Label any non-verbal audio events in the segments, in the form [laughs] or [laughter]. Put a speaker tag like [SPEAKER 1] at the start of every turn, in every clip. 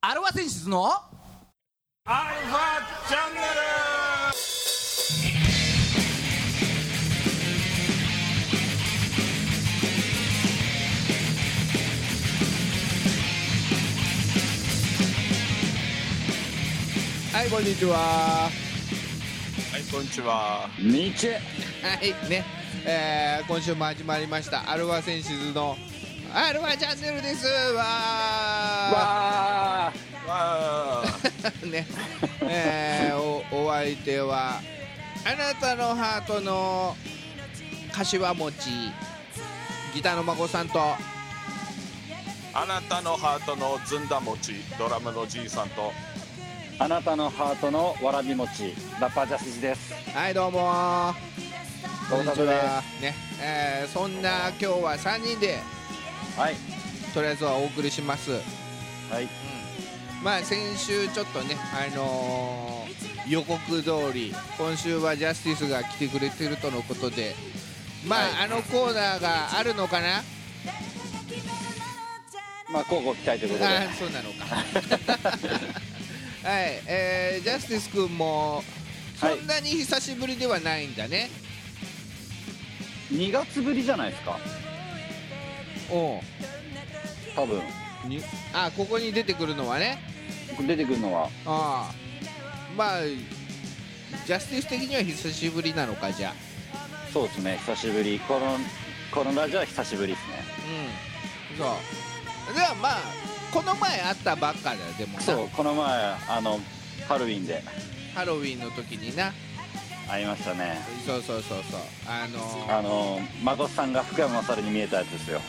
[SPEAKER 1] アルファ選出の
[SPEAKER 2] アルファチャンネル
[SPEAKER 1] はいこんにちは
[SPEAKER 2] はいこんにちは
[SPEAKER 3] みち
[SPEAKER 1] はいねえー今週も始まりましたアルファ選出のアルファチャンネルですわ
[SPEAKER 3] わ
[SPEAKER 2] わー
[SPEAKER 1] ー [laughs] ねえーおお相手はあなたのハートの柏餅ギターの孫さんと
[SPEAKER 2] あなたのハートのずんだ餅ドラムのじいさんと
[SPEAKER 3] ーあなたのハートのわらび餅ラッパージャスジです
[SPEAKER 1] はいどうもー
[SPEAKER 3] ご
[SPEAKER 1] こん
[SPEAKER 3] 無沙
[SPEAKER 1] にち
[SPEAKER 3] 汰
[SPEAKER 1] はねえーそんな今日は3人で
[SPEAKER 3] はい
[SPEAKER 1] とりあえずはお送りします
[SPEAKER 3] はい
[SPEAKER 1] まあ先週ちょっとねあのー予告通り今週はジャスティスが来てくれてるとのことでまあ、あのコーナーがあるのかな
[SPEAKER 3] まあ交互期待ということで
[SPEAKER 1] あそうなのか [laughs] はい、えージャスティス君もそんなに久しぶりではないんだね、
[SPEAKER 3] 2月ぶりじゃないですか
[SPEAKER 1] おう
[SPEAKER 3] 多分
[SPEAKER 1] にあここに出てくるのはね
[SPEAKER 3] 出てくるのは
[SPEAKER 1] ああまあジャスティス的には久しぶりなのかじゃあ
[SPEAKER 3] そうですね久しぶりこのこのラジオは久しぶりですね
[SPEAKER 1] うんそうではまあこの前会ったばっかだよでもな
[SPEAKER 3] そうこの前あのハロウィンで
[SPEAKER 1] ハロウィンの時にな
[SPEAKER 3] 会いましたね
[SPEAKER 1] そうそうそうそうあのー
[SPEAKER 3] あの孫さんが福山雅治に見えたやつですよ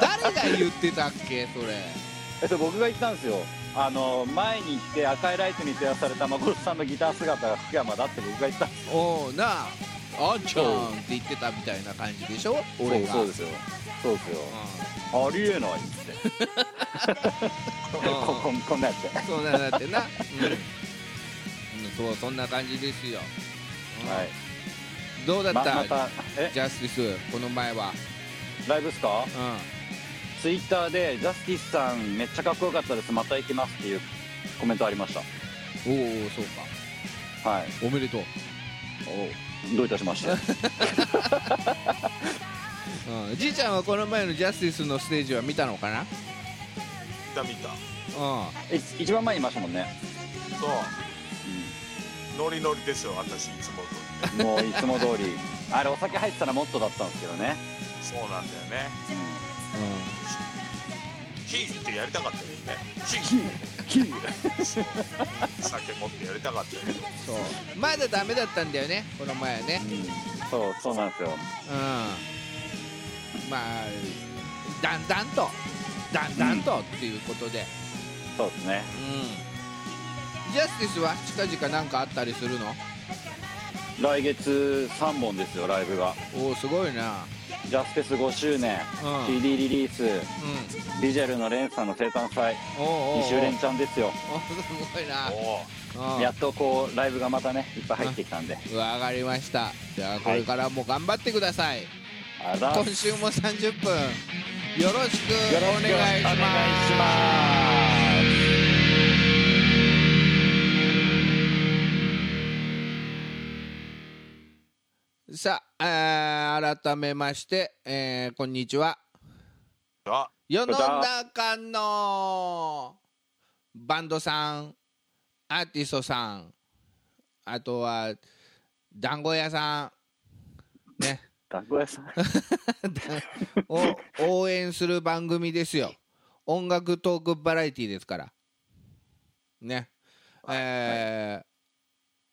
[SPEAKER 1] 誰が言ってたっけそれ
[SPEAKER 3] えっと僕が言ったんですよあの前に行って赤いライトに照らされた孫さんのギター姿が福山だって僕が言ったんです
[SPEAKER 1] おおなああんちゃんって言ってたみたいな感じでしょ俺が
[SPEAKER 3] そうそうですよそうですよありえないっつって [laughs] ここんこんなやつ
[SPEAKER 1] うんそうなんだってな、うん、そうそんな感じですよ、うん
[SPEAKER 3] は
[SPEAKER 1] どうだ
[SPEAKER 3] い
[SPEAKER 1] った
[SPEAKER 3] ま、またえ
[SPEAKER 1] ジャスティスこの前は
[SPEAKER 3] ライブっすか
[SPEAKER 1] うん
[SPEAKER 3] ツイッターで「ジャスティスさんめっちゃかっこよかったですまた行きます」っていうコメントありまし
[SPEAKER 1] おーおーそうか
[SPEAKER 3] たはい
[SPEAKER 1] おめでとう
[SPEAKER 3] おうどういたしまして [laughs]
[SPEAKER 1] うん、じいちゃんはこの前のジャスティスのステージは見たのかな、うん、
[SPEAKER 2] 見た見た
[SPEAKER 3] い一番前にいましたもんね、
[SPEAKER 2] そうノリノリですよ私いつもと
[SPEAKER 3] うんもういつも通りあれお酒入ってたらもっとだったんですけどね、
[SPEAKER 2] そうなんだよね
[SPEAKER 3] う
[SPEAKER 2] ヒーってやりたかったよねヒ
[SPEAKER 3] ん、キ
[SPEAKER 2] ー
[SPEAKER 3] ーキ [laughs] ー
[SPEAKER 2] 酒持ってやりたかったよ
[SPEAKER 1] そうまだダメだったんだよねこの前ね
[SPEAKER 3] うんそうそうなんですよ
[SPEAKER 1] うんまあだんだんとだんだんとっていうことで
[SPEAKER 3] そうですね
[SPEAKER 1] うん、ジャスティスは近々何かあったりするの
[SPEAKER 3] 来月3本ですよライブが
[SPEAKER 1] おおすごいな
[SPEAKER 3] ジャスティス5周年、
[SPEAKER 1] うん
[SPEAKER 3] CD リリース
[SPEAKER 1] う
[SPEAKER 3] ビジェルのレンさんの生誕祭
[SPEAKER 1] んおうおうおう
[SPEAKER 3] 2週連チャンですよ
[SPEAKER 1] おすごいな
[SPEAKER 2] お
[SPEAKER 1] うん
[SPEAKER 3] やっとこうライブがまたねいっぱい入ってきたんで
[SPEAKER 1] わかりましたじゃあこれからも頑張ってください
[SPEAKER 3] あざ
[SPEAKER 1] 今
[SPEAKER 3] よろし
[SPEAKER 1] 週も30分よろしく
[SPEAKER 3] く
[SPEAKER 1] お願いし
[SPEAKER 3] お願いし
[SPEAKER 1] ます
[SPEAKER 3] ます
[SPEAKER 1] さあ、えー改めまして、えーこんにちは
[SPEAKER 2] おあ
[SPEAKER 1] 世の中のバンドさんアーティストさんあとは団子屋さんね
[SPEAKER 3] 学校屋さん
[SPEAKER 1] [laughs] を応援する番組ですよ音楽トークバラエティですからねえー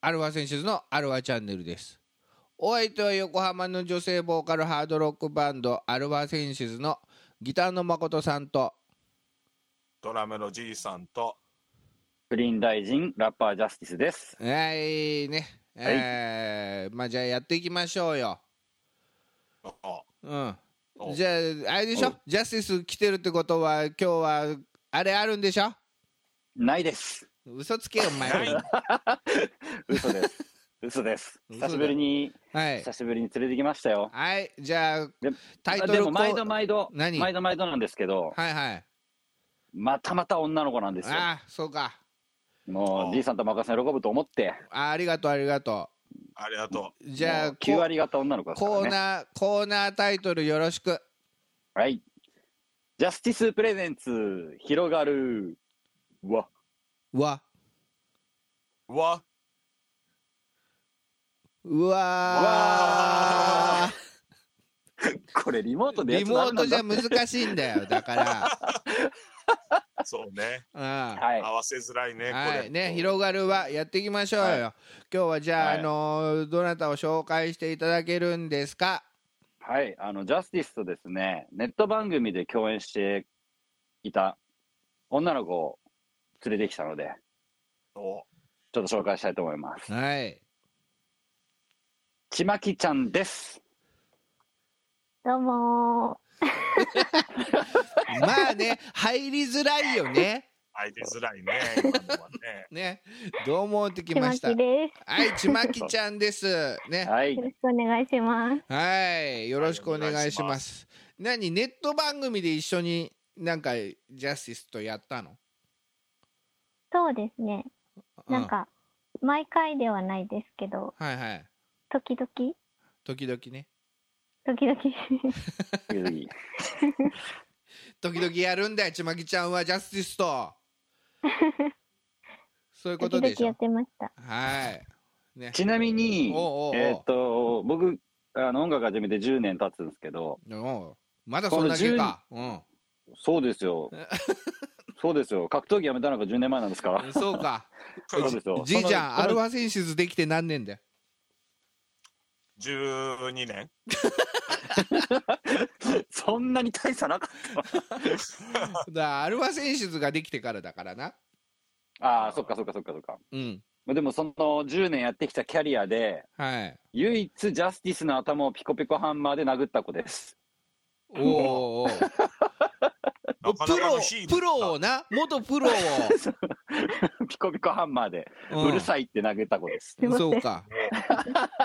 [SPEAKER 1] アルファ選手のアルファチャンネルですお相手は横浜の女性ボーカルハードロックバンドアルファセンシズのギターの誠さんと
[SPEAKER 2] ドラムのじいさんと
[SPEAKER 3] 不倫大臣ラッパージャスティスです
[SPEAKER 1] はいね、えーまあじゃあやっていきましょうよ
[SPEAKER 2] お
[SPEAKER 1] うん
[SPEAKER 2] お
[SPEAKER 1] じゃああれでしょジャスティス来てるってことは今日はあれあるんでしょ
[SPEAKER 3] ないです
[SPEAKER 1] 嘘つけよお前
[SPEAKER 2] ない
[SPEAKER 3] 嘘です
[SPEAKER 1] [laughs]
[SPEAKER 3] 嘘です
[SPEAKER 1] 嘘だ
[SPEAKER 3] 久しぶりに
[SPEAKER 1] はい
[SPEAKER 3] 久しぶりに連れてきましたよ
[SPEAKER 1] はいじゃあ
[SPEAKER 3] で
[SPEAKER 1] タイト
[SPEAKER 3] で
[SPEAKER 1] ル
[SPEAKER 3] も
[SPEAKER 1] コー
[SPEAKER 3] 毎度毎度
[SPEAKER 1] 何
[SPEAKER 3] 毎度毎度なんですけど
[SPEAKER 1] はいはい
[SPEAKER 3] またまた女の子なんですよ
[SPEAKER 1] ああそうか
[SPEAKER 3] も
[SPEAKER 2] あ
[SPEAKER 3] うじいさんとマカさん喜ぶと思って
[SPEAKER 1] あありがとうありがと
[SPEAKER 2] ありがと
[SPEAKER 1] うじゃあ
[SPEAKER 3] もう9割方女の子ですか
[SPEAKER 1] コ
[SPEAKER 3] ら
[SPEAKER 1] ー
[SPEAKER 3] ね
[SPEAKER 1] ナーコーナータイトルよろしく
[SPEAKER 3] はいジャスティスプレゼンツ広がるわ
[SPEAKER 1] うわ
[SPEAKER 2] う。わ、
[SPEAKER 1] うわー
[SPEAKER 3] これリモートでやっ
[SPEAKER 1] リ
[SPEAKER 3] ち
[SPEAKER 1] モ
[SPEAKER 3] ゃ
[SPEAKER 1] ー
[SPEAKER 3] ダメな
[SPEAKER 1] ト
[SPEAKER 3] ん
[SPEAKER 1] じ
[SPEAKER 3] だ
[SPEAKER 1] ゃ難しいんだよだから
[SPEAKER 2] そうね。
[SPEAKER 1] うんは
[SPEAKER 3] はい
[SPEAKER 2] 合わせづらいね、これ。
[SPEAKER 1] いね広がるはやっていきましょうよ、
[SPEAKER 3] はい
[SPEAKER 1] 今日はじゃあ、
[SPEAKER 3] はい
[SPEAKER 1] あのーどなたを紹介していただけるんですか
[SPEAKER 3] はい、あのジャスティスとですね、ネット番組で共演していた女の子を連れてきたので、
[SPEAKER 2] お
[SPEAKER 3] ちょっと紹介したいと思います。
[SPEAKER 1] はい
[SPEAKER 3] ちまきちゃんです。
[SPEAKER 4] どうも
[SPEAKER 1] まあね入りづらいよね
[SPEAKER 2] 入りづらいね、今のはね。
[SPEAKER 1] ねどうもってき
[SPEAKER 4] ー、ち
[SPEAKER 1] ま
[SPEAKER 4] ま
[SPEAKER 1] した
[SPEAKER 4] きです。
[SPEAKER 1] はいちまきちゃんですね
[SPEAKER 3] はい
[SPEAKER 4] よ、ろしくお願いします。
[SPEAKER 1] はい、よろしくお願いし
[SPEAKER 2] お
[SPEAKER 1] ま。
[SPEAKER 2] 願いします
[SPEAKER 1] 何ネット番組で一緒になんかジャスティスとやったの？
[SPEAKER 4] そうですね。
[SPEAKER 1] うん
[SPEAKER 4] なんか、毎回ではないですけど、
[SPEAKER 1] はいはい、
[SPEAKER 4] 時々
[SPEAKER 1] 時
[SPEAKER 4] 時
[SPEAKER 1] 々ね、
[SPEAKER 4] 々
[SPEAKER 3] 次々
[SPEAKER 1] 時々やるんだよ、ちまきちゃんはジャスティスと。
[SPEAKER 4] [laughs]
[SPEAKER 1] そういうこと
[SPEAKER 4] 時
[SPEAKER 1] でし
[SPEAKER 4] 々や
[SPEAKER 1] ょ
[SPEAKER 4] っ。てました。
[SPEAKER 1] はい。ね。
[SPEAKER 3] ちなみ
[SPEAKER 1] [laughs]
[SPEAKER 3] に、
[SPEAKER 1] おうおうおう
[SPEAKER 3] えーっと、僕、あの音楽始めて10年経つんですけど、
[SPEAKER 1] おうまだそんだけか。うん。
[SPEAKER 3] そうで
[SPEAKER 1] [laughs]
[SPEAKER 3] すよ。そうですよ。格闘技やめたのが10年前なんですから。
[SPEAKER 1] そうか。
[SPEAKER 3] そうですよ。
[SPEAKER 1] じいちゃん、アルフ
[SPEAKER 3] その
[SPEAKER 1] ァ選手できて何年だよ。
[SPEAKER 2] 12年
[SPEAKER 3] [laughs] そんなに大差なかっ
[SPEAKER 1] だか
[SPEAKER 3] た。
[SPEAKER 1] らアルファ選手ができてからだからな。
[SPEAKER 3] ああ、そっかそっかそっかそっか。
[SPEAKER 1] うん。
[SPEAKER 3] でもその10年やってきたキャリアで、
[SPEAKER 1] はい。
[SPEAKER 3] 唯一ジャスティスの頭をピコピコハンマーで殴った子です。 [laughs]
[SPEAKER 1] おうおうお
[SPEAKER 4] [laughs]
[SPEAKER 1] う。
[SPEAKER 2] なかな
[SPEAKER 1] プ
[SPEAKER 2] か
[SPEAKER 1] ロ
[SPEAKER 2] のヒー
[SPEAKER 1] プ
[SPEAKER 2] ルだ
[SPEAKER 1] ロをな元プロを、
[SPEAKER 3] ピコピコハンマーで、
[SPEAKER 1] [laughs]
[SPEAKER 3] うるさいって投げた子です。
[SPEAKER 4] い
[SPEAKER 1] そうか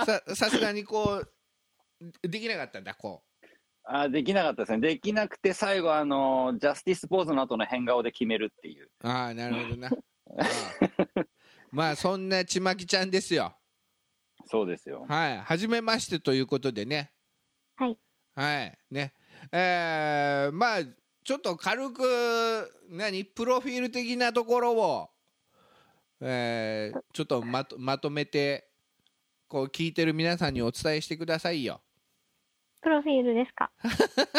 [SPEAKER 1] ささすがにこうできなかったんだこ
[SPEAKER 3] あーできなかったですね。できなくて、最後、あのージャスティスポーズの後の変顔で決めるっていう。
[SPEAKER 1] うああなるほどなああまあそんなちまきちゃんですよ
[SPEAKER 3] そうですよ。
[SPEAKER 1] はい初めましてということでね
[SPEAKER 4] はい
[SPEAKER 1] はいねえーまあちょっと軽く何プロフィール的なところを、えーちょっとまとまとめてこう聞いてる皆さんにお伝えしてください
[SPEAKER 4] [laughs]
[SPEAKER 1] よ
[SPEAKER 4] プロフィールですか。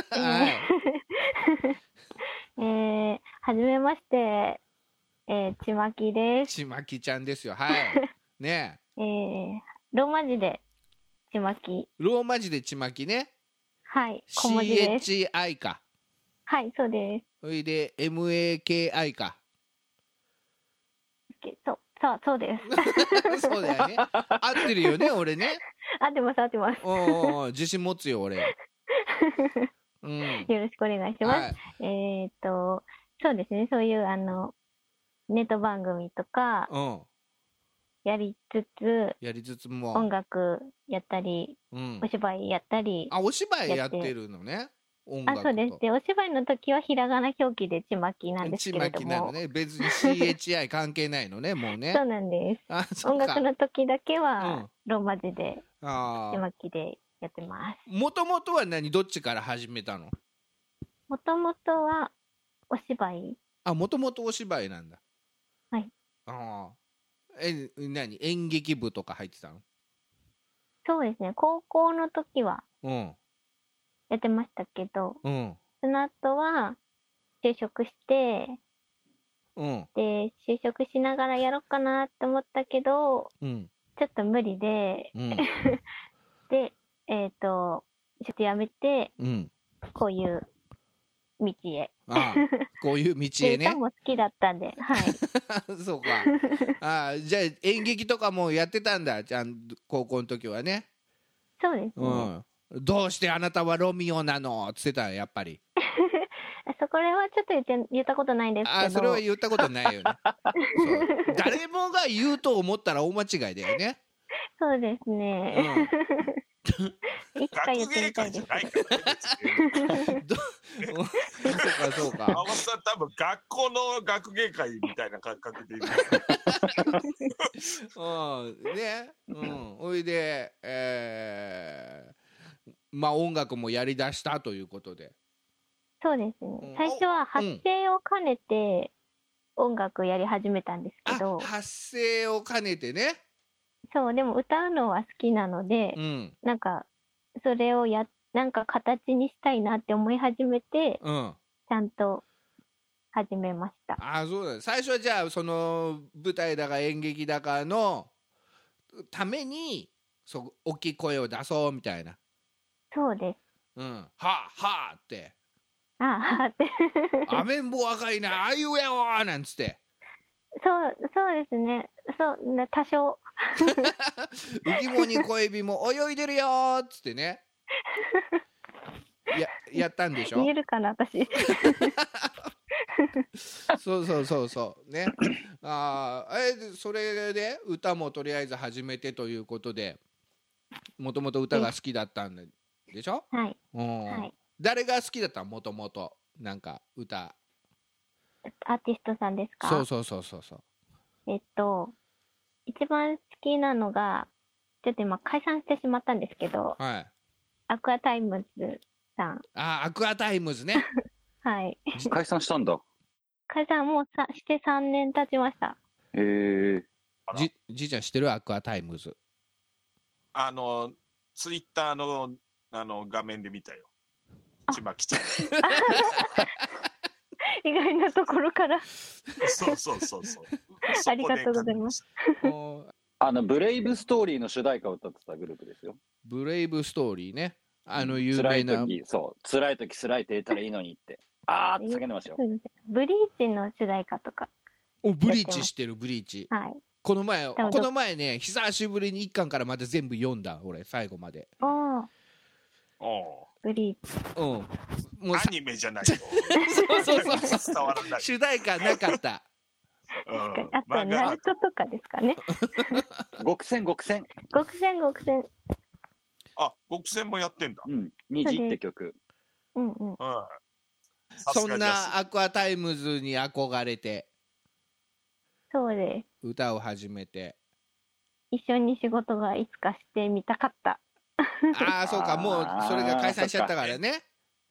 [SPEAKER 1] はい
[SPEAKER 4] えー、はじめまして、えー、ちまきです。
[SPEAKER 1] ちまきちゃんですよ。はい。ね
[SPEAKER 4] えー、ローマ字で、ちまき。
[SPEAKER 1] えローマ字でちまきね。
[SPEAKER 4] はい、小文字です。
[SPEAKER 1] CHI か。
[SPEAKER 4] はい、そうです。
[SPEAKER 1] それで MAKI か。 [laughs]
[SPEAKER 4] けそう、そう、そうです。
[SPEAKER 1] [laughs] そうだよね。合ってるよね、俺ね。
[SPEAKER 4] 合ってます、合ってます。
[SPEAKER 1] おうおうおう自信持つよ、俺。うん。
[SPEAKER 4] よろしくお願いします。
[SPEAKER 1] はい。
[SPEAKER 4] えーっと、そうですね、そういう、あの、ネット番組とか
[SPEAKER 1] うん。
[SPEAKER 4] やりつつ、
[SPEAKER 1] やりつつ
[SPEAKER 4] 音
[SPEAKER 1] も。
[SPEAKER 4] 楽やったり、
[SPEAKER 1] うん
[SPEAKER 4] お。芝居やったり、
[SPEAKER 1] あ、お芝居やってるのね。音
[SPEAKER 4] あ、
[SPEAKER 1] 楽
[SPEAKER 4] そうです。
[SPEAKER 1] と。
[SPEAKER 4] で、お芝居の時はひらがな表記でちまきなんです
[SPEAKER 1] ち
[SPEAKER 4] け
[SPEAKER 1] ま
[SPEAKER 4] れど
[SPEAKER 1] きなの
[SPEAKER 4] も、
[SPEAKER 1] ね。別に CHI 関係ないのね、もうね
[SPEAKER 4] そ。うなんで
[SPEAKER 1] あ、
[SPEAKER 4] す。
[SPEAKER 1] そ
[SPEAKER 4] 音
[SPEAKER 1] うか
[SPEAKER 4] 楽。の時だけ
[SPEAKER 1] う
[SPEAKER 4] は
[SPEAKER 1] ん、
[SPEAKER 4] ローマ字で、
[SPEAKER 1] あ
[SPEAKER 4] ち
[SPEAKER 1] あ。
[SPEAKER 4] まきでやってます。
[SPEAKER 1] もともとは何、どっちから始めたの
[SPEAKER 4] もともとは、お芝居
[SPEAKER 1] あ、もともとお芝居なんだ。
[SPEAKER 4] はい。
[SPEAKER 1] ああ。え、何演劇部とか入ってたの
[SPEAKER 4] そうですね、高校の時は
[SPEAKER 1] うん。
[SPEAKER 4] やってましたけど、
[SPEAKER 1] うん。
[SPEAKER 4] その後は、就職して、
[SPEAKER 1] うん。
[SPEAKER 4] で就職しながらやろうかなって思ったけど
[SPEAKER 1] うん。
[SPEAKER 4] ちょっと無理で
[SPEAKER 1] うん。
[SPEAKER 4] でえっ、とちょっとやめて
[SPEAKER 1] うん。
[SPEAKER 4] こういう道へ [laughs]
[SPEAKER 1] ああ。こういう道へ
[SPEAKER 4] で歌
[SPEAKER 1] ね。
[SPEAKER 4] も好きだったんで、はい、
[SPEAKER 1] [laughs] そうか。ああ、じゃあ演劇とかもやってたんだ。じゃん高校の時はね。
[SPEAKER 4] そうですね、
[SPEAKER 1] うん。どうしてあなたはロミオなのつってたやっぱり。
[SPEAKER 4] そこら辺はちょっと言って言ったことないんです
[SPEAKER 1] あ
[SPEAKER 4] け
[SPEAKER 1] あ、
[SPEAKER 4] ど
[SPEAKER 1] それは言ったことない
[SPEAKER 4] [laughs]
[SPEAKER 1] よね。そう誰もが言うと思ったら大間違いだよね。
[SPEAKER 4] そうです
[SPEAKER 1] う
[SPEAKER 4] ね、
[SPEAKER 1] ん
[SPEAKER 4] いつかや
[SPEAKER 2] 学
[SPEAKER 4] って
[SPEAKER 2] 芸
[SPEAKER 4] みた
[SPEAKER 2] 会
[SPEAKER 4] いで
[SPEAKER 2] じゃ
[SPEAKER 4] す。
[SPEAKER 2] ないからね別
[SPEAKER 1] そう
[SPEAKER 2] に
[SPEAKER 1] かそうか
[SPEAKER 2] 青木さん多分学校の学芸会みたいな感覚でいる
[SPEAKER 1] うんねうんおいでえーまあ音楽もやりだしたということで
[SPEAKER 4] そうです
[SPEAKER 1] うん
[SPEAKER 4] ね。最初は発声を兼ねて音楽やり始めたんですけ
[SPEAKER 1] あ
[SPEAKER 4] ど、
[SPEAKER 1] 発声を兼ねてね
[SPEAKER 4] そう、でも歌うのは好きなので、
[SPEAKER 1] うん
[SPEAKER 4] なんか、それをや、なんか形にしたいなって思い始めて、
[SPEAKER 1] うん
[SPEAKER 4] ちゃんと始めました。
[SPEAKER 1] ああそうだね最初はじゃあその舞台だか演劇だかのためにそう大きい声を出そうみたいな
[SPEAKER 4] そうです。
[SPEAKER 1] 「うん、はあはあ」
[SPEAKER 4] [laughs]
[SPEAKER 1] って
[SPEAKER 4] ああ、 [laughs] って。
[SPEAKER 1] 「アメンボ若いなああいうやわ」なんつって
[SPEAKER 4] そう、そうですね。そう、な多少。
[SPEAKER 1] 「浮き藻に小エビも泳いでるよ」っつってねややったんでしょ
[SPEAKER 4] 言えるかな、私。
[SPEAKER 1] そうそうそうそうねああえでそれで歌もとりあえず始めてということでもともと歌が好きだったんででしょ
[SPEAKER 4] はい。
[SPEAKER 1] うん
[SPEAKER 4] はい
[SPEAKER 1] 誰が好きだったもともとなんか歌
[SPEAKER 4] アーティストさんですか
[SPEAKER 1] そうそうそうそうそう
[SPEAKER 4] えっと、一番好きなのが、ちょっと今解散してしまったんですけど、
[SPEAKER 1] はい
[SPEAKER 4] アクアタイムズさん。
[SPEAKER 1] あーアクアタイムズね
[SPEAKER 4] はい。
[SPEAKER 3] 解散したんだ。
[SPEAKER 4] 解散もうさして3年経ちました。
[SPEAKER 3] えー、
[SPEAKER 2] あら
[SPEAKER 1] じじいちゃん知ってるアクアタイムズ
[SPEAKER 2] あのツイッターのあの画面で見たよ千葉吉ち
[SPEAKER 4] 意外なところから。
[SPEAKER 2] ゃんそうそうそうそう
[SPEAKER 4] [laughs] ありがとうございます
[SPEAKER 1] おー
[SPEAKER 3] あの、ブレイブストーリーの主題歌を歌ってたグループですよ。
[SPEAKER 1] ブレイブストーリーねあの有
[SPEAKER 3] 辛
[SPEAKER 1] 名
[SPEAKER 3] い
[SPEAKER 1] な
[SPEAKER 3] 時、そう、辛い時、辛いって言ったらいいのにって。あーって叫んでましたよ
[SPEAKER 4] そ。うですブリーチの主題歌とか。
[SPEAKER 1] おブリーチ知ってるブリーチ
[SPEAKER 4] はい。
[SPEAKER 1] この前
[SPEAKER 4] も
[SPEAKER 1] この前ね久しぶりに一巻からまた全部読んだ俺最後まで
[SPEAKER 4] おー、
[SPEAKER 2] おう
[SPEAKER 4] ブリーチ。
[SPEAKER 1] うんもう
[SPEAKER 2] ア
[SPEAKER 1] さ
[SPEAKER 2] ニメじゃないよ
[SPEAKER 1] そうそうそうそう
[SPEAKER 2] [laughs] 伝わらない、
[SPEAKER 1] 主題歌なかった
[SPEAKER 2] うん
[SPEAKER 4] あと、
[SPEAKER 2] 漫
[SPEAKER 4] ナ
[SPEAKER 2] 画
[SPEAKER 4] ルトとかです [laughs] かね。
[SPEAKER 3] 極戦、極戦。
[SPEAKER 4] 極戦極戦。
[SPEAKER 2] あ極戦もやってんだ
[SPEAKER 3] うん。虹って曲。
[SPEAKER 4] うんうん。
[SPEAKER 2] うん [laughs] さす
[SPEAKER 1] そ
[SPEAKER 2] が
[SPEAKER 1] ん
[SPEAKER 2] ジャ
[SPEAKER 1] なアクアタイムズに憧れて
[SPEAKER 4] そうです。
[SPEAKER 1] 歌を始めて
[SPEAKER 4] 一緒に仕事がいつかしてみたかった。
[SPEAKER 1] ああ [laughs] そうか
[SPEAKER 3] あー
[SPEAKER 1] もうそれが解散しちゃったからね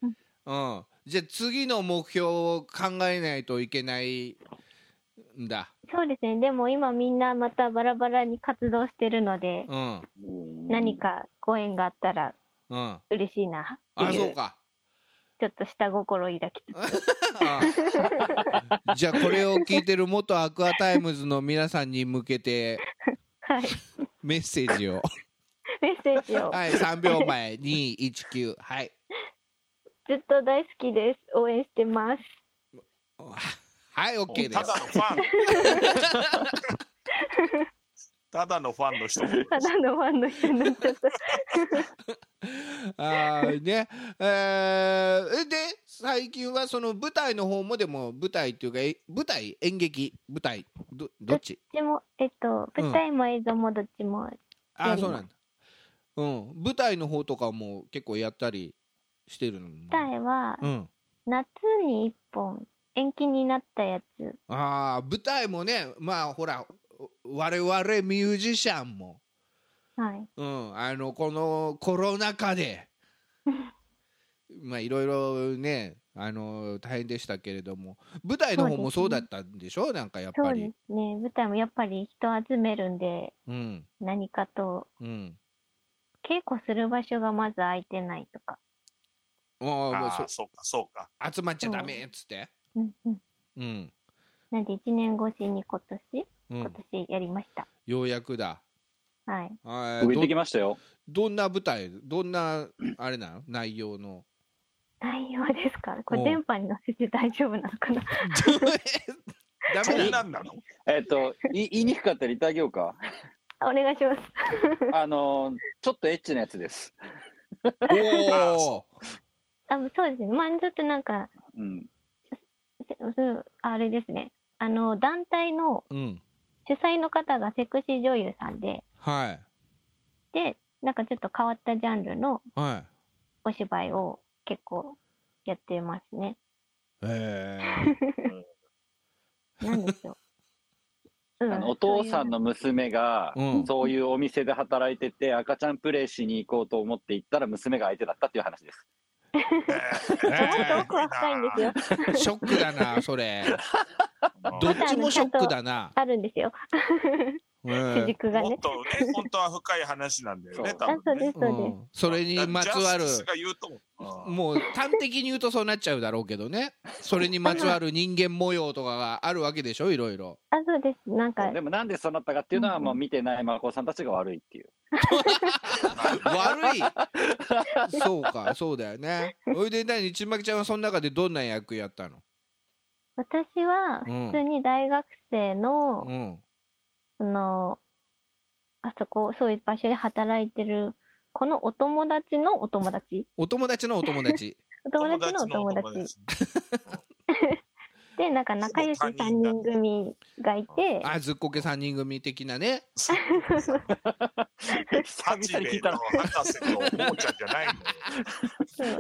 [SPEAKER 4] そっ
[SPEAKER 1] うんじゃあ次の目標を考えないといけないんだ
[SPEAKER 4] そうですね。でも今みんなまたバラバラに活動してるので、
[SPEAKER 1] うん
[SPEAKER 4] 何かご縁があったら
[SPEAKER 1] うんあ
[SPEAKER 4] 嬉しいな。
[SPEAKER 1] あそうか
[SPEAKER 4] ちょっと下心抱きつつ。
[SPEAKER 1] ああじゃあこれを聞いてる元アクアタイムズの皆さんに向けて
[SPEAKER 4] [laughs] はい。
[SPEAKER 1] メッセージを
[SPEAKER 4] メッセージを。
[SPEAKER 1] はい3秒前219はい
[SPEAKER 4] ずっと大好きです。応援してます。
[SPEAKER 1] はい OK
[SPEAKER 2] ス
[SPEAKER 1] です
[SPEAKER 2] ただのファンただのファンの人
[SPEAKER 4] ただのファンの人になっちゃ [laughs] った。
[SPEAKER 1] あーね、えーで最近はその舞台の方もでも舞台っていうかえ舞台演劇舞台どどっち
[SPEAKER 4] でも、えっと、
[SPEAKER 1] うん
[SPEAKER 4] 舞台も映像もどっちも。
[SPEAKER 1] あ
[SPEAKER 4] や
[SPEAKER 1] あ
[SPEAKER 4] ります
[SPEAKER 1] そうなんだうん舞台の方とかも結構やったりしてるの
[SPEAKER 4] 舞台は、
[SPEAKER 1] うん
[SPEAKER 4] 夏に一本、延期になったやつ。
[SPEAKER 1] ああ舞台もねまあほら我々ミュージシャンも、
[SPEAKER 4] はい。
[SPEAKER 1] うん、あのこのコロナ禍でまあいろいろねあの大変でしたけれども舞台の方もそ
[SPEAKER 4] そうう
[SPEAKER 1] だ
[SPEAKER 4] ですね
[SPEAKER 1] ったんでしょなんかやっ
[SPEAKER 4] そ
[SPEAKER 1] ぱ
[SPEAKER 4] う
[SPEAKER 1] り
[SPEAKER 4] で。すね。舞台もやっぱり人集めるんで、
[SPEAKER 1] うん
[SPEAKER 4] 何かと、
[SPEAKER 1] うん、
[SPEAKER 4] 稽古する場所がまず空いてないとか。
[SPEAKER 1] [laughs] あーもう
[SPEAKER 2] ああそうかそうか
[SPEAKER 1] そ集まっちゃダメっつって、
[SPEAKER 4] うんうん。
[SPEAKER 1] うん
[SPEAKER 4] なんで、1年越しに今年、
[SPEAKER 1] うん
[SPEAKER 4] 今年やりました。
[SPEAKER 1] ようやくだ
[SPEAKER 4] はい。
[SPEAKER 1] あー
[SPEAKER 3] 上行ってき
[SPEAKER 1] ど
[SPEAKER 3] ましたよ。
[SPEAKER 1] どんな舞台どんなあれなの内容の
[SPEAKER 4] 内容ですかこ
[SPEAKER 1] おう
[SPEAKER 4] れ電波に乗せて大丈夫なのかな [laughs]
[SPEAKER 1] ダ
[SPEAKER 2] そ
[SPEAKER 1] メ
[SPEAKER 2] ん
[SPEAKER 1] だ
[SPEAKER 2] なんなの
[SPEAKER 3] えっと、い言いにくかったら言ってあげようか。
[SPEAKER 4] お願いします。
[SPEAKER 3] あのー、ちょっとエッチなやつです。
[SPEAKER 1] お
[SPEAKER 4] あ、そうですね。まあ、ちょっとなんか、
[SPEAKER 3] うん。
[SPEAKER 4] せそうあれですね。あの、団体の
[SPEAKER 1] おうん
[SPEAKER 4] 主催の方がセクシー女優さんで、
[SPEAKER 1] はい
[SPEAKER 4] で、なんかちょっと変わったジャンルの
[SPEAKER 1] はい。
[SPEAKER 4] お芝居を結構やってますね。
[SPEAKER 1] え
[SPEAKER 4] なんでしょ
[SPEAKER 3] [laughs]
[SPEAKER 4] う。う
[SPEAKER 3] あのお父さんの娘が
[SPEAKER 1] うん
[SPEAKER 3] そういうお店で働いてて赤ちゃんプレイしに行こうと思って行ったら娘が相手だったっていう話です
[SPEAKER 4] [laughs]
[SPEAKER 1] ー
[SPEAKER 4] そういうちょっと奥は深いんですよ。
[SPEAKER 1] ショックだな、それ。
[SPEAKER 2] うん
[SPEAKER 1] どっちもショックだな。
[SPEAKER 4] あるんですよ。
[SPEAKER 1] え
[SPEAKER 4] 主
[SPEAKER 1] ー
[SPEAKER 4] 軸が
[SPEAKER 2] も
[SPEAKER 4] ね
[SPEAKER 2] っ。とね、本当は深い話なんだよね、
[SPEAKER 3] そう
[SPEAKER 2] 多
[SPEAKER 4] あそ
[SPEAKER 2] 分、
[SPEAKER 4] うで
[SPEAKER 2] ね
[SPEAKER 4] す。そうです。
[SPEAKER 1] んそれにまつわる
[SPEAKER 2] ジャスティスが言うともうん
[SPEAKER 1] もう端的に言うとそうなっちゃうだろうけどねそれにまつわる人間模様とかがあるわけでしょいろいろ
[SPEAKER 4] あそうです。なんか
[SPEAKER 3] でもなんでそうなったかっていうのはもう見てない真子さんたちが悪いっ
[SPEAKER 1] [laughs]
[SPEAKER 3] ていう
[SPEAKER 1] 悪いそうかそうだよねおいで何ちんまきちゃんはその中でどんな役やったの
[SPEAKER 4] 私は普通に大学生の、
[SPEAKER 1] うん
[SPEAKER 4] そのあそこそういう場所で働いてるこのお友達のお友達
[SPEAKER 1] お友達のお友達
[SPEAKER 4] お友達のお友達でなんか仲良し
[SPEAKER 2] そう
[SPEAKER 4] 3人組がいて
[SPEAKER 1] あずっこけ3人組的なね
[SPEAKER 2] 八
[SPEAKER 3] 久々に
[SPEAKER 2] 兵
[SPEAKER 3] 聞
[SPEAKER 2] 衛
[SPEAKER 3] いた
[SPEAKER 2] の
[SPEAKER 3] ら
[SPEAKER 2] 博士とおもちゃんじゃないのよ。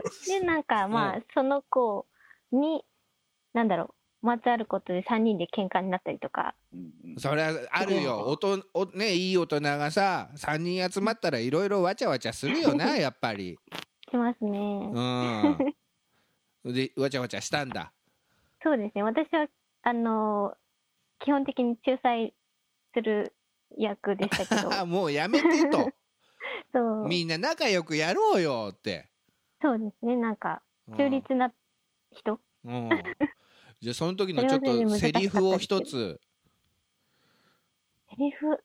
[SPEAKER 1] [laughs]
[SPEAKER 4] そうでなんかま
[SPEAKER 1] う
[SPEAKER 4] あその子になんだろうまつわることで3人で喧嘩になったりとか
[SPEAKER 3] うんうん
[SPEAKER 1] それはあるよおとお、ね、いい大人がさ3人集まったらいろいろわちゃわちゃするよなやっぱり
[SPEAKER 4] しますね
[SPEAKER 1] うんでわちゃわちゃしたんだ
[SPEAKER 4] そうですね私はあの基本的に仲裁する役でした
[SPEAKER 1] [laughs]
[SPEAKER 4] けど
[SPEAKER 1] あもうやめて
[SPEAKER 4] [laughs]
[SPEAKER 1] と
[SPEAKER 4] そう
[SPEAKER 1] みんな仲良くやろうよって。
[SPEAKER 4] そうですねなんか
[SPEAKER 1] うん
[SPEAKER 4] 中立な人
[SPEAKER 1] うん。じゃあその時のちょ
[SPEAKER 4] [laughs]
[SPEAKER 1] っ
[SPEAKER 4] それは
[SPEAKER 1] と
[SPEAKER 4] そ
[SPEAKER 1] セ
[SPEAKER 4] れ
[SPEAKER 1] リ
[SPEAKER 4] で難しかった
[SPEAKER 1] フを一つ。
[SPEAKER 4] セ
[SPEAKER 1] [laughs]
[SPEAKER 4] リフ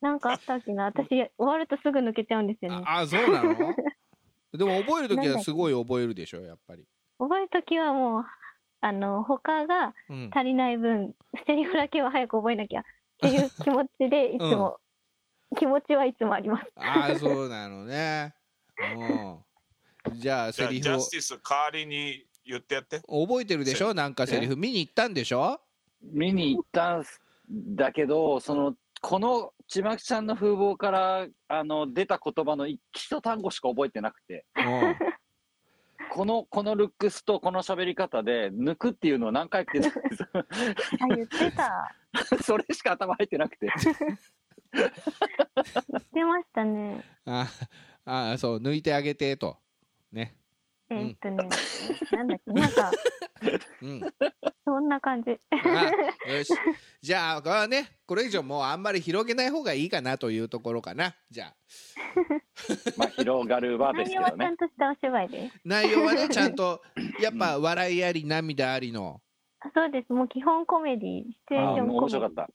[SPEAKER 4] なんかあったっけな私終わるとすぐ抜けちゃうんですよね
[SPEAKER 1] ああそう
[SPEAKER 4] [laughs]
[SPEAKER 1] なのでも覚える時はすごい覚えるでしょやっぱり。
[SPEAKER 4] 覚える時はもうあの他が
[SPEAKER 1] うん、
[SPEAKER 4] 足りない分セリフだけは早く覚えなきゃっていう気持ちでいつも、気持ちはいつもあります
[SPEAKER 1] ああそうなのね。うん。じゃあ
[SPEAKER 2] じ
[SPEAKER 1] セ
[SPEAKER 2] ゃあ、ジ
[SPEAKER 1] リフ
[SPEAKER 2] ャスティス代わりに言ってやって。
[SPEAKER 1] を覚えてるでしょなんかセリフ見に行ったんでしょ
[SPEAKER 3] 見に行ったんすだけどそのこのちまきちゃんの風貌からあの出た言葉の一一単語しか覚えてなくて
[SPEAKER 1] うん。
[SPEAKER 3] このこのルックスとこの喋り方で抜くっていうのを何回か言ってたんです
[SPEAKER 4] あ言ってた
[SPEAKER 3] それしか頭入って [laughs] なくて。
[SPEAKER 4] 言ってましたね
[SPEAKER 1] ああそう抜いてあげてと。ね。
[SPEAKER 4] え
[SPEAKER 1] うん
[SPEAKER 4] ーっとね、なんだっけなんか
[SPEAKER 1] うん。
[SPEAKER 4] そんな感じ
[SPEAKER 1] あよし。じゃあ、これはね、これ以上もうあんまり広げない方がいいかなというところかな。じゃあ。
[SPEAKER 3] まあ、広がる場です
[SPEAKER 4] 内
[SPEAKER 3] け
[SPEAKER 4] 容は
[SPEAKER 3] ど
[SPEAKER 4] ちゃ
[SPEAKER 3] ね
[SPEAKER 4] ん。としたお芝居です
[SPEAKER 1] 内容はねちゃんとやっぱ笑いあり涙ありの
[SPEAKER 4] あそうですもう基本コメディシチュエ
[SPEAKER 3] あ
[SPEAKER 4] ーショ
[SPEAKER 3] あ
[SPEAKER 4] ン
[SPEAKER 3] もう
[SPEAKER 4] コ
[SPEAKER 3] 面
[SPEAKER 4] メデ
[SPEAKER 3] 白か
[SPEAKER 4] ィ
[SPEAKER 3] った。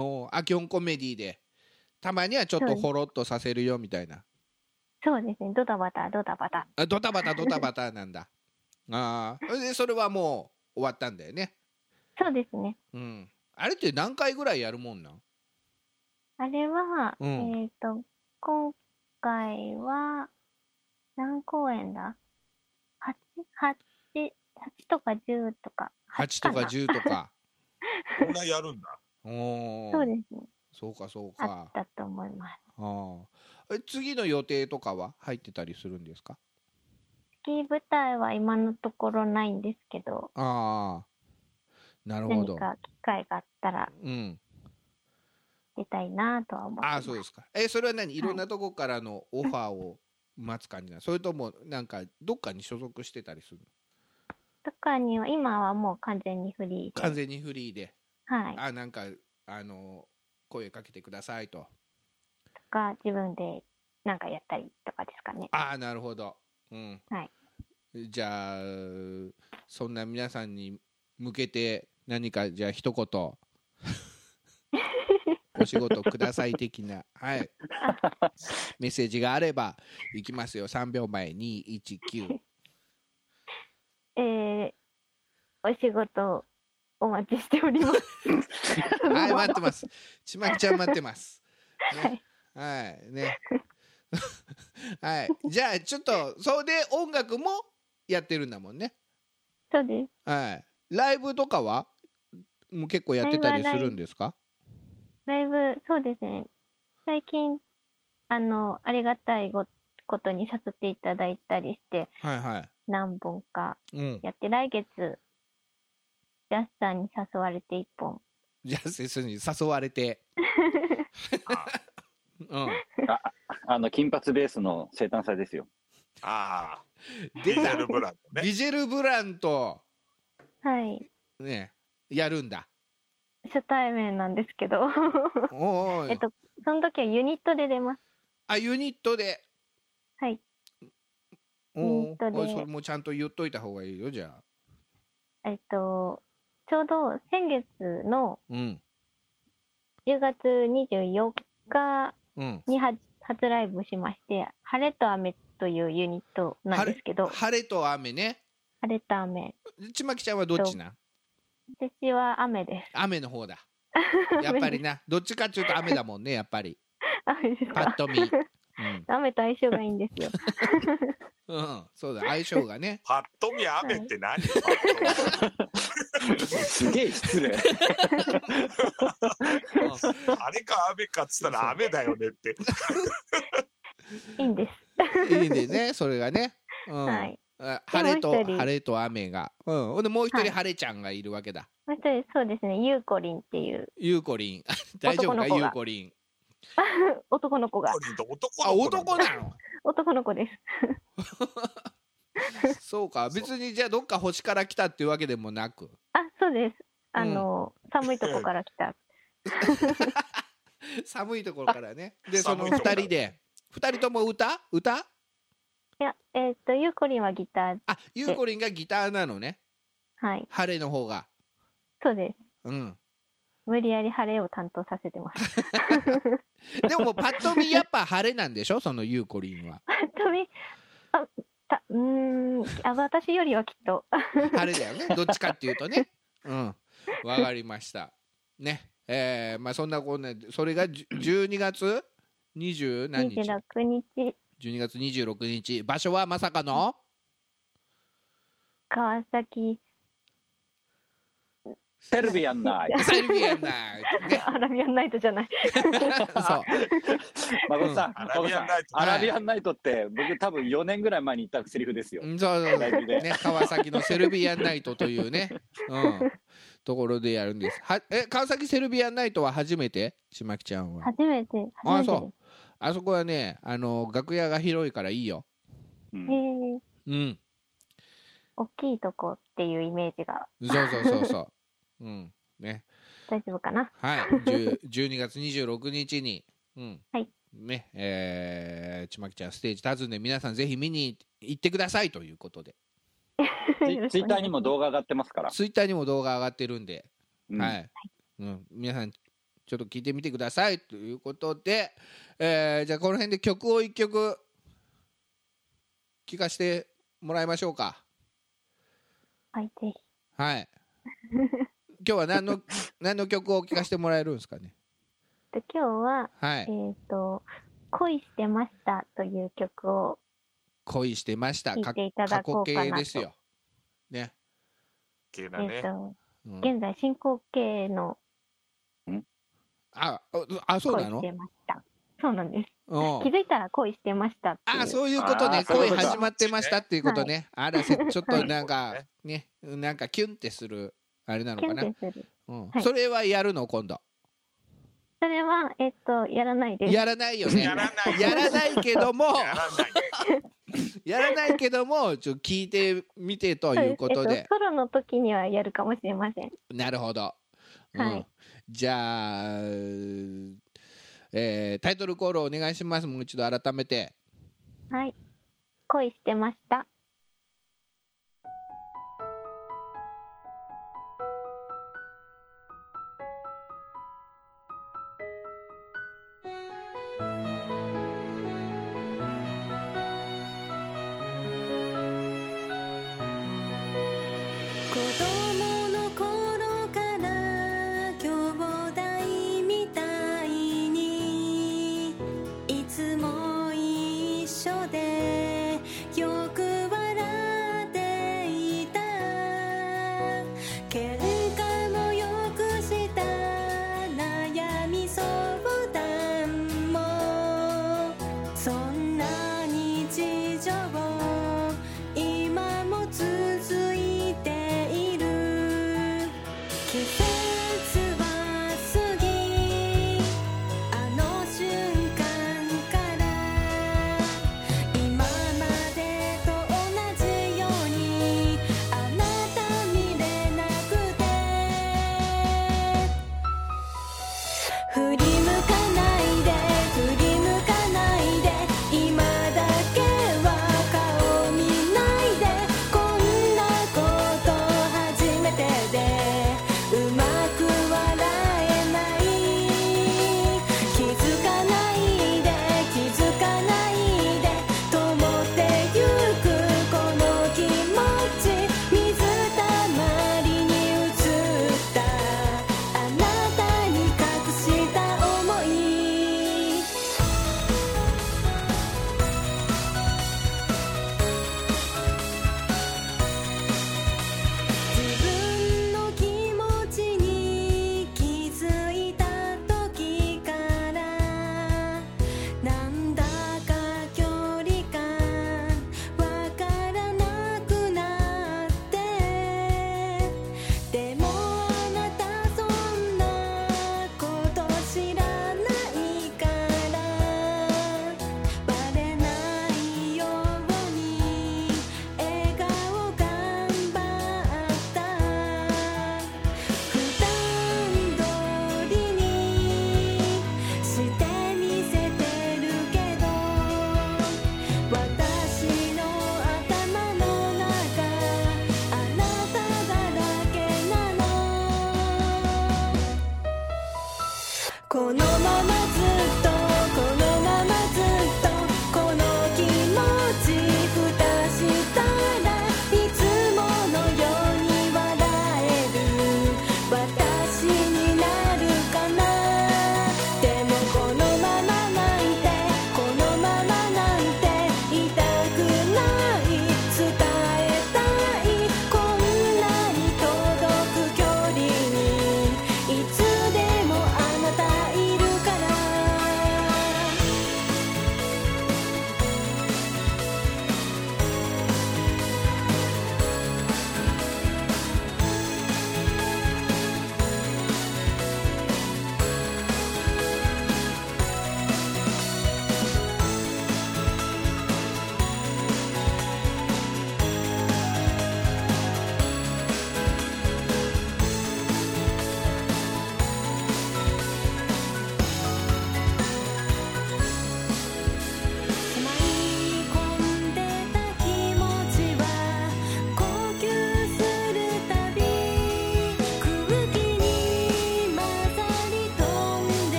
[SPEAKER 1] おーあ基本コメディでたまにはちょっとほろっとさせるよみたいな
[SPEAKER 4] そうですねドタバタドタバタ
[SPEAKER 1] あドタバタドタバタなんだああでそれはもう終わったんだよね
[SPEAKER 4] そうですね
[SPEAKER 1] うんあれって何回ぐらいやるもんなん
[SPEAKER 4] あれは、
[SPEAKER 1] うん
[SPEAKER 4] えっ、と、今回は、何公演だ ?8、8、8とか10とか。
[SPEAKER 1] 8とか10とか
[SPEAKER 2] こんなやるん [laughs] だ。
[SPEAKER 1] おー
[SPEAKER 4] そうですね。
[SPEAKER 1] そうかそう
[SPEAKER 4] あ
[SPEAKER 1] か
[SPEAKER 4] ったと思います。
[SPEAKER 1] あーえ次の予定とかは入ってたりするんですか
[SPEAKER 4] 次舞台は今のところないんですけど、
[SPEAKER 1] ああなるほ
[SPEAKER 4] 何
[SPEAKER 1] ど
[SPEAKER 4] か機会があったら
[SPEAKER 1] うん
[SPEAKER 4] 出たいなとは思って
[SPEAKER 1] あ
[SPEAKER 4] ま
[SPEAKER 1] あ
[SPEAKER 4] す。
[SPEAKER 1] そうですか。えそれは何い
[SPEAKER 4] い
[SPEAKER 1] ろんなとこからのオファーを待つ感じなの、それともなんかどっかに所属してたりするの
[SPEAKER 4] とかには、今はもう完全にフリーで。
[SPEAKER 1] 完全にフリーで、
[SPEAKER 4] はい。と
[SPEAKER 1] あなんかあの声かけてくださいと
[SPEAKER 4] か、自分でなんかやったりとかですかね。
[SPEAKER 1] ああなるほど、うん
[SPEAKER 4] はい
[SPEAKER 1] じゃあそんな皆さんに向けて何かじゃあ一言お仕事ください的な、はい、メッセージがあればいきますよ3秒前219
[SPEAKER 4] えー、お仕事お待ちしております。
[SPEAKER 1] [laughs] はい、待ってます。ちまきちゃん待ってます。ね
[SPEAKER 4] い、
[SPEAKER 1] はい、ね。 [laughs] はい、じゃあ、ちょっと、そうで音楽もやってるんだもんね。
[SPEAKER 4] そうです。
[SPEAKER 1] はい、ライブとかは。もう結構やってたりするんですか。
[SPEAKER 4] だいぶ、そうですね。最近、あの、ありがたいごことにさせていただいたりして、
[SPEAKER 1] はいはい
[SPEAKER 4] 何本か
[SPEAKER 1] うん
[SPEAKER 4] やって、来月、ジャスさんに誘われて1本。
[SPEAKER 1] ジャスティスに誘われて
[SPEAKER 2] あ
[SPEAKER 1] うん
[SPEAKER 3] あの、金髪ベースの生誕祭ですよ。
[SPEAKER 2] あー、
[SPEAKER 1] 出
[SPEAKER 2] ディ
[SPEAKER 1] た
[SPEAKER 2] ゼルブランドね。
[SPEAKER 1] ビジェル・ブランと
[SPEAKER 4] はい。
[SPEAKER 1] ねやるんだ
[SPEAKER 4] 初対面なんですけ [laughs] ど。
[SPEAKER 1] おーお
[SPEAKER 4] えっ
[SPEAKER 1] い
[SPEAKER 4] と、その時はユニットで出ます。
[SPEAKER 1] あユニットで
[SPEAKER 4] はい。
[SPEAKER 1] お
[SPEAKER 4] ユニッ
[SPEAKER 1] ー
[SPEAKER 4] トで
[SPEAKER 1] おいそれもちゃんと言っといた方がいいよじゃあ
[SPEAKER 4] えっと、ちょうど先月の
[SPEAKER 1] うん
[SPEAKER 4] 10月24日
[SPEAKER 1] うん
[SPEAKER 4] に初初ライブしまして、晴れと雨というユニットなんですけど、晴れ
[SPEAKER 1] 晴れと雨ね
[SPEAKER 4] と雨。
[SPEAKER 1] ちまきちゃんはどっち
[SPEAKER 4] [laughs]
[SPEAKER 1] な
[SPEAKER 4] 私は雨で [laughs]
[SPEAKER 1] 雨の方だやっぱりなどっちかっていうと雨だもんねやっぱり
[SPEAKER 4] す。雨です
[SPEAKER 1] パッ
[SPEAKER 4] か
[SPEAKER 1] と見うん、
[SPEAKER 4] 雨と相性がいいんですよ。
[SPEAKER 1] うん、そうだ相性がね
[SPEAKER 2] パッと見雨って何、パッと
[SPEAKER 3] すげえ失礼。
[SPEAKER 2] 見あれか雨かっつったら雨だよねって。
[SPEAKER 4] いいんです。
[SPEAKER 1] うんいいんでねそれがね、うん
[SPEAKER 4] はい。
[SPEAKER 1] あ晴れ
[SPEAKER 4] もう
[SPEAKER 1] と
[SPEAKER 4] 一人
[SPEAKER 1] 晴れと雨がうんほんでもう一
[SPEAKER 4] は
[SPEAKER 1] 人
[SPEAKER 4] い
[SPEAKER 1] 晴れちゃんがいるわけだ、
[SPEAKER 4] もう一人、そうですね、ゆうこりんっていう、
[SPEAKER 1] ゆうこりん [laughs] 大丈夫か
[SPEAKER 4] 男の子
[SPEAKER 1] ゆ
[SPEAKER 4] が
[SPEAKER 1] うこりん
[SPEAKER 4] 男の子が
[SPEAKER 2] コ、リンと男
[SPEAKER 1] あ
[SPEAKER 2] の子
[SPEAKER 1] 男
[SPEAKER 2] なんだ
[SPEAKER 1] なの
[SPEAKER 4] 男の子です。
[SPEAKER 1] そうか別にじゃあどっか星から来たっていうわけでもなく
[SPEAKER 4] あ、そうです。あの、寒いとこから来た。
[SPEAKER 1] 寒いところからねでその
[SPEAKER 2] 寒いとこか
[SPEAKER 1] 2
[SPEAKER 2] ら
[SPEAKER 1] 人で2人とも歌歌
[SPEAKER 4] いや、えっと、ゆうこりんはギター、
[SPEAKER 1] あゆうこりんがギターなのね
[SPEAKER 4] はい。
[SPEAKER 1] 晴れの方が
[SPEAKER 4] そうです。
[SPEAKER 1] うん
[SPEAKER 4] 無理やり晴れを担当させてます。
[SPEAKER 1] でもパッと見やっぱ晴れなんでしょそのゆうこりんは
[SPEAKER 4] [laughs] 本当に、あ、た、うーん、あ、私よりはきっと。
[SPEAKER 1] 晴れだよねどっちかっていうとねうんわかりましたねえー、まあそんなこんなでそれがじゅ12月20何日
[SPEAKER 4] 26日、
[SPEAKER 1] 12月26日場所はまさかの
[SPEAKER 4] 川崎、
[SPEAKER 3] セルビアンナイ。
[SPEAKER 1] セルビアンナイトね
[SPEAKER 4] [laughs] アラビアンナイトじゃない。
[SPEAKER 1] そう
[SPEAKER 3] 孫さん、
[SPEAKER 2] うん
[SPEAKER 3] 孫さん
[SPEAKER 1] ア
[SPEAKER 3] ア
[SPEAKER 1] ラ
[SPEAKER 3] ラ
[SPEAKER 1] ビ
[SPEAKER 3] ビ
[SPEAKER 1] ア
[SPEAKER 3] アンナイトって、僕多分4年ぐらい前に言ったセリフですよ。
[SPEAKER 1] うんそうそう
[SPEAKER 3] ライブで
[SPEAKER 1] ね、川崎のセルビアンナイトというね、うん、ところでやるんです。はえ川崎セルビアンナイトは初めてちまきちゃんは。
[SPEAKER 4] 初めて、初
[SPEAKER 1] あ
[SPEAKER 4] めて
[SPEAKER 1] そうあそこはねあの楽屋が広いからいいよ。
[SPEAKER 3] うん
[SPEAKER 4] です。へえ、
[SPEAKER 1] うん
[SPEAKER 4] 大きいとこっていうイメージが
[SPEAKER 1] そうそうそうそう。うんね
[SPEAKER 4] 大丈夫かな。
[SPEAKER 1] はい10 12月26日に、うん
[SPEAKER 4] はい
[SPEAKER 1] ねえーちまきちゃんステージ立つんで皆さんぜひ見に行ってくださいということで
[SPEAKER 4] [laughs] よろ
[SPEAKER 3] ツ
[SPEAKER 4] し
[SPEAKER 3] イ
[SPEAKER 4] く
[SPEAKER 3] ッ
[SPEAKER 4] お
[SPEAKER 3] タ
[SPEAKER 4] 願い
[SPEAKER 3] ーにも動画上がってますから。
[SPEAKER 1] ツイッターにも動画上がってるんで。
[SPEAKER 3] うん
[SPEAKER 1] はい、うん、皆さんちょっと聞いてみてくださいということで、えーじゃあこの辺で曲を1曲聴かせてもらいましょうか
[SPEAKER 4] はい、ぜひ。
[SPEAKER 1] はい今日は何の何の曲を聴かせてもらえるんですかね
[SPEAKER 4] で今日は、
[SPEAKER 1] は
[SPEAKER 4] えっ、
[SPEAKER 1] い
[SPEAKER 4] と、恋してましたという曲を、
[SPEAKER 1] 「恋してました」
[SPEAKER 4] 聴いていただ
[SPEAKER 1] 過
[SPEAKER 4] こ
[SPEAKER 1] 去
[SPEAKER 4] うかなと
[SPEAKER 1] 形ですよね、
[SPEAKER 2] 系だ
[SPEAKER 4] えっ、
[SPEAKER 2] ね。
[SPEAKER 4] と、
[SPEAKER 1] うん、
[SPEAKER 4] 現在進行形の
[SPEAKER 1] あああそう
[SPEAKER 4] 恋
[SPEAKER 1] なの
[SPEAKER 4] してました。そうなんです。
[SPEAKER 1] うん
[SPEAKER 4] 気づいたら恋してましたっていう。
[SPEAKER 1] あそういうこと
[SPEAKER 3] あ
[SPEAKER 1] ね
[SPEAKER 3] ーそうい
[SPEAKER 1] 恋
[SPEAKER 3] うこと
[SPEAKER 1] 始まってましたっていうことね、あ
[SPEAKER 4] [laughs]
[SPEAKER 1] らせちょっとなん
[SPEAKER 2] は
[SPEAKER 1] か
[SPEAKER 2] い
[SPEAKER 1] ねなんかキュンってするあれなの
[SPEAKER 4] キュ
[SPEAKER 1] か
[SPEAKER 4] ン
[SPEAKER 1] な
[SPEAKER 4] ってする。
[SPEAKER 1] うん
[SPEAKER 4] はい
[SPEAKER 1] それはやるの今度
[SPEAKER 4] それは、えっと、やらないです。
[SPEAKER 1] やらない
[SPEAKER 2] [laughs]
[SPEAKER 1] よね
[SPEAKER 2] やらない
[SPEAKER 1] やらないけども
[SPEAKER 2] やらない。
[SPEAKER 1] やらないけどもちょっと聞いてみてということ
[SPEAKER 4] そうですえっ
[SPEAKER 1] で
[SPEAKER 4] と、ソロの時にはやるかもしれません。
[SPEAKER 1] なるほど、うん
[SPEAKER 4] はい
[SPEAKER 1] じゃあ、えータイトルコールお願いしますもう一度改めて
[SPEAKER 4] はい。恋してました。
[SPEAKER 5] 子供の頃から兄弟みたいにいつも一緒でよく笑っていた喧嘩もよくした悩み相談も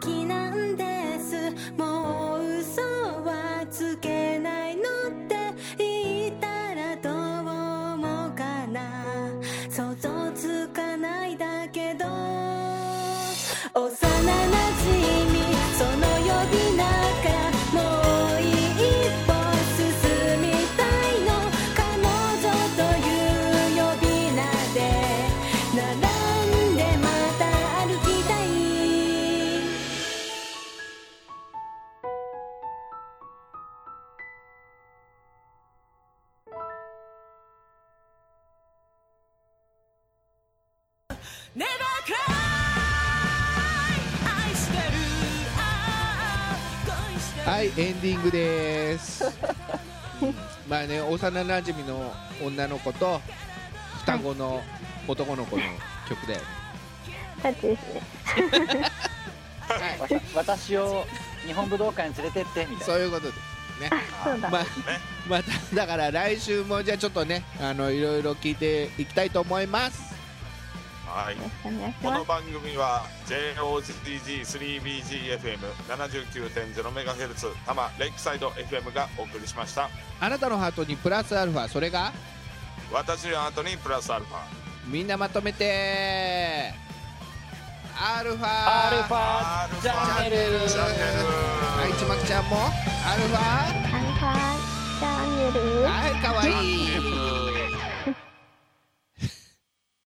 [SPEAKER 5] きなんですもう嘘はつけないのって言ったらどう思うかな想像つかないだけど幼なじみその呼び名がもう一歩進みたいの彼女という呼び名で並んでまた歩きたい「Never cry」「愛してる」ああ「恋してる」
[SPEAKER 1] はいエンディングですまあね幼なじみの女の子と双子の男の子の曲で、
[SPEAKER 4] タッチですね。
[SPEAKER 1] はい、
[SPEAKER 3] わた [laughs] 私を日本武道館に連れてってみたい
[SPEAKER 1] そ
[SPEAKER 3] な
[SPEAKER 1] ういうことでね
[SPEAKER 4] そうだ。
[SPEAKER 1] まあまただから来週もじゃあちょっとねあのいろいろ聞いていきたいと思います
[SPEAKER 2] はい
[SPEAKER 4] よろしくお願いし
[SPEAKER 2] この
[SPEAKER 4] ま
[SPEAKER 2] 番組は JOZZ3BGFM79.0MHz 多摩レイクサイド FM がお送りしました
[SPEAKER 1] あなたのハートにプラスアルファそれが
[SPEAKER 2] 私の後にプラスアルファ
[SPEAKER 1] みんなまとめてアルファ
[SPEAKER 3] アルフ
[SPEAKER 2] アルフ
[SPEAKER 3] ァ
[SPEAKER 2] ァ
[SPEAKER 3] チャンネル
[SPEAKER 2] チャンネル
[SPEAKER 1] はいちまきちゃんもアルファ
[SPEAKER 4] す。アルファチャンネル。
[SPEAKER 1] はいかわいい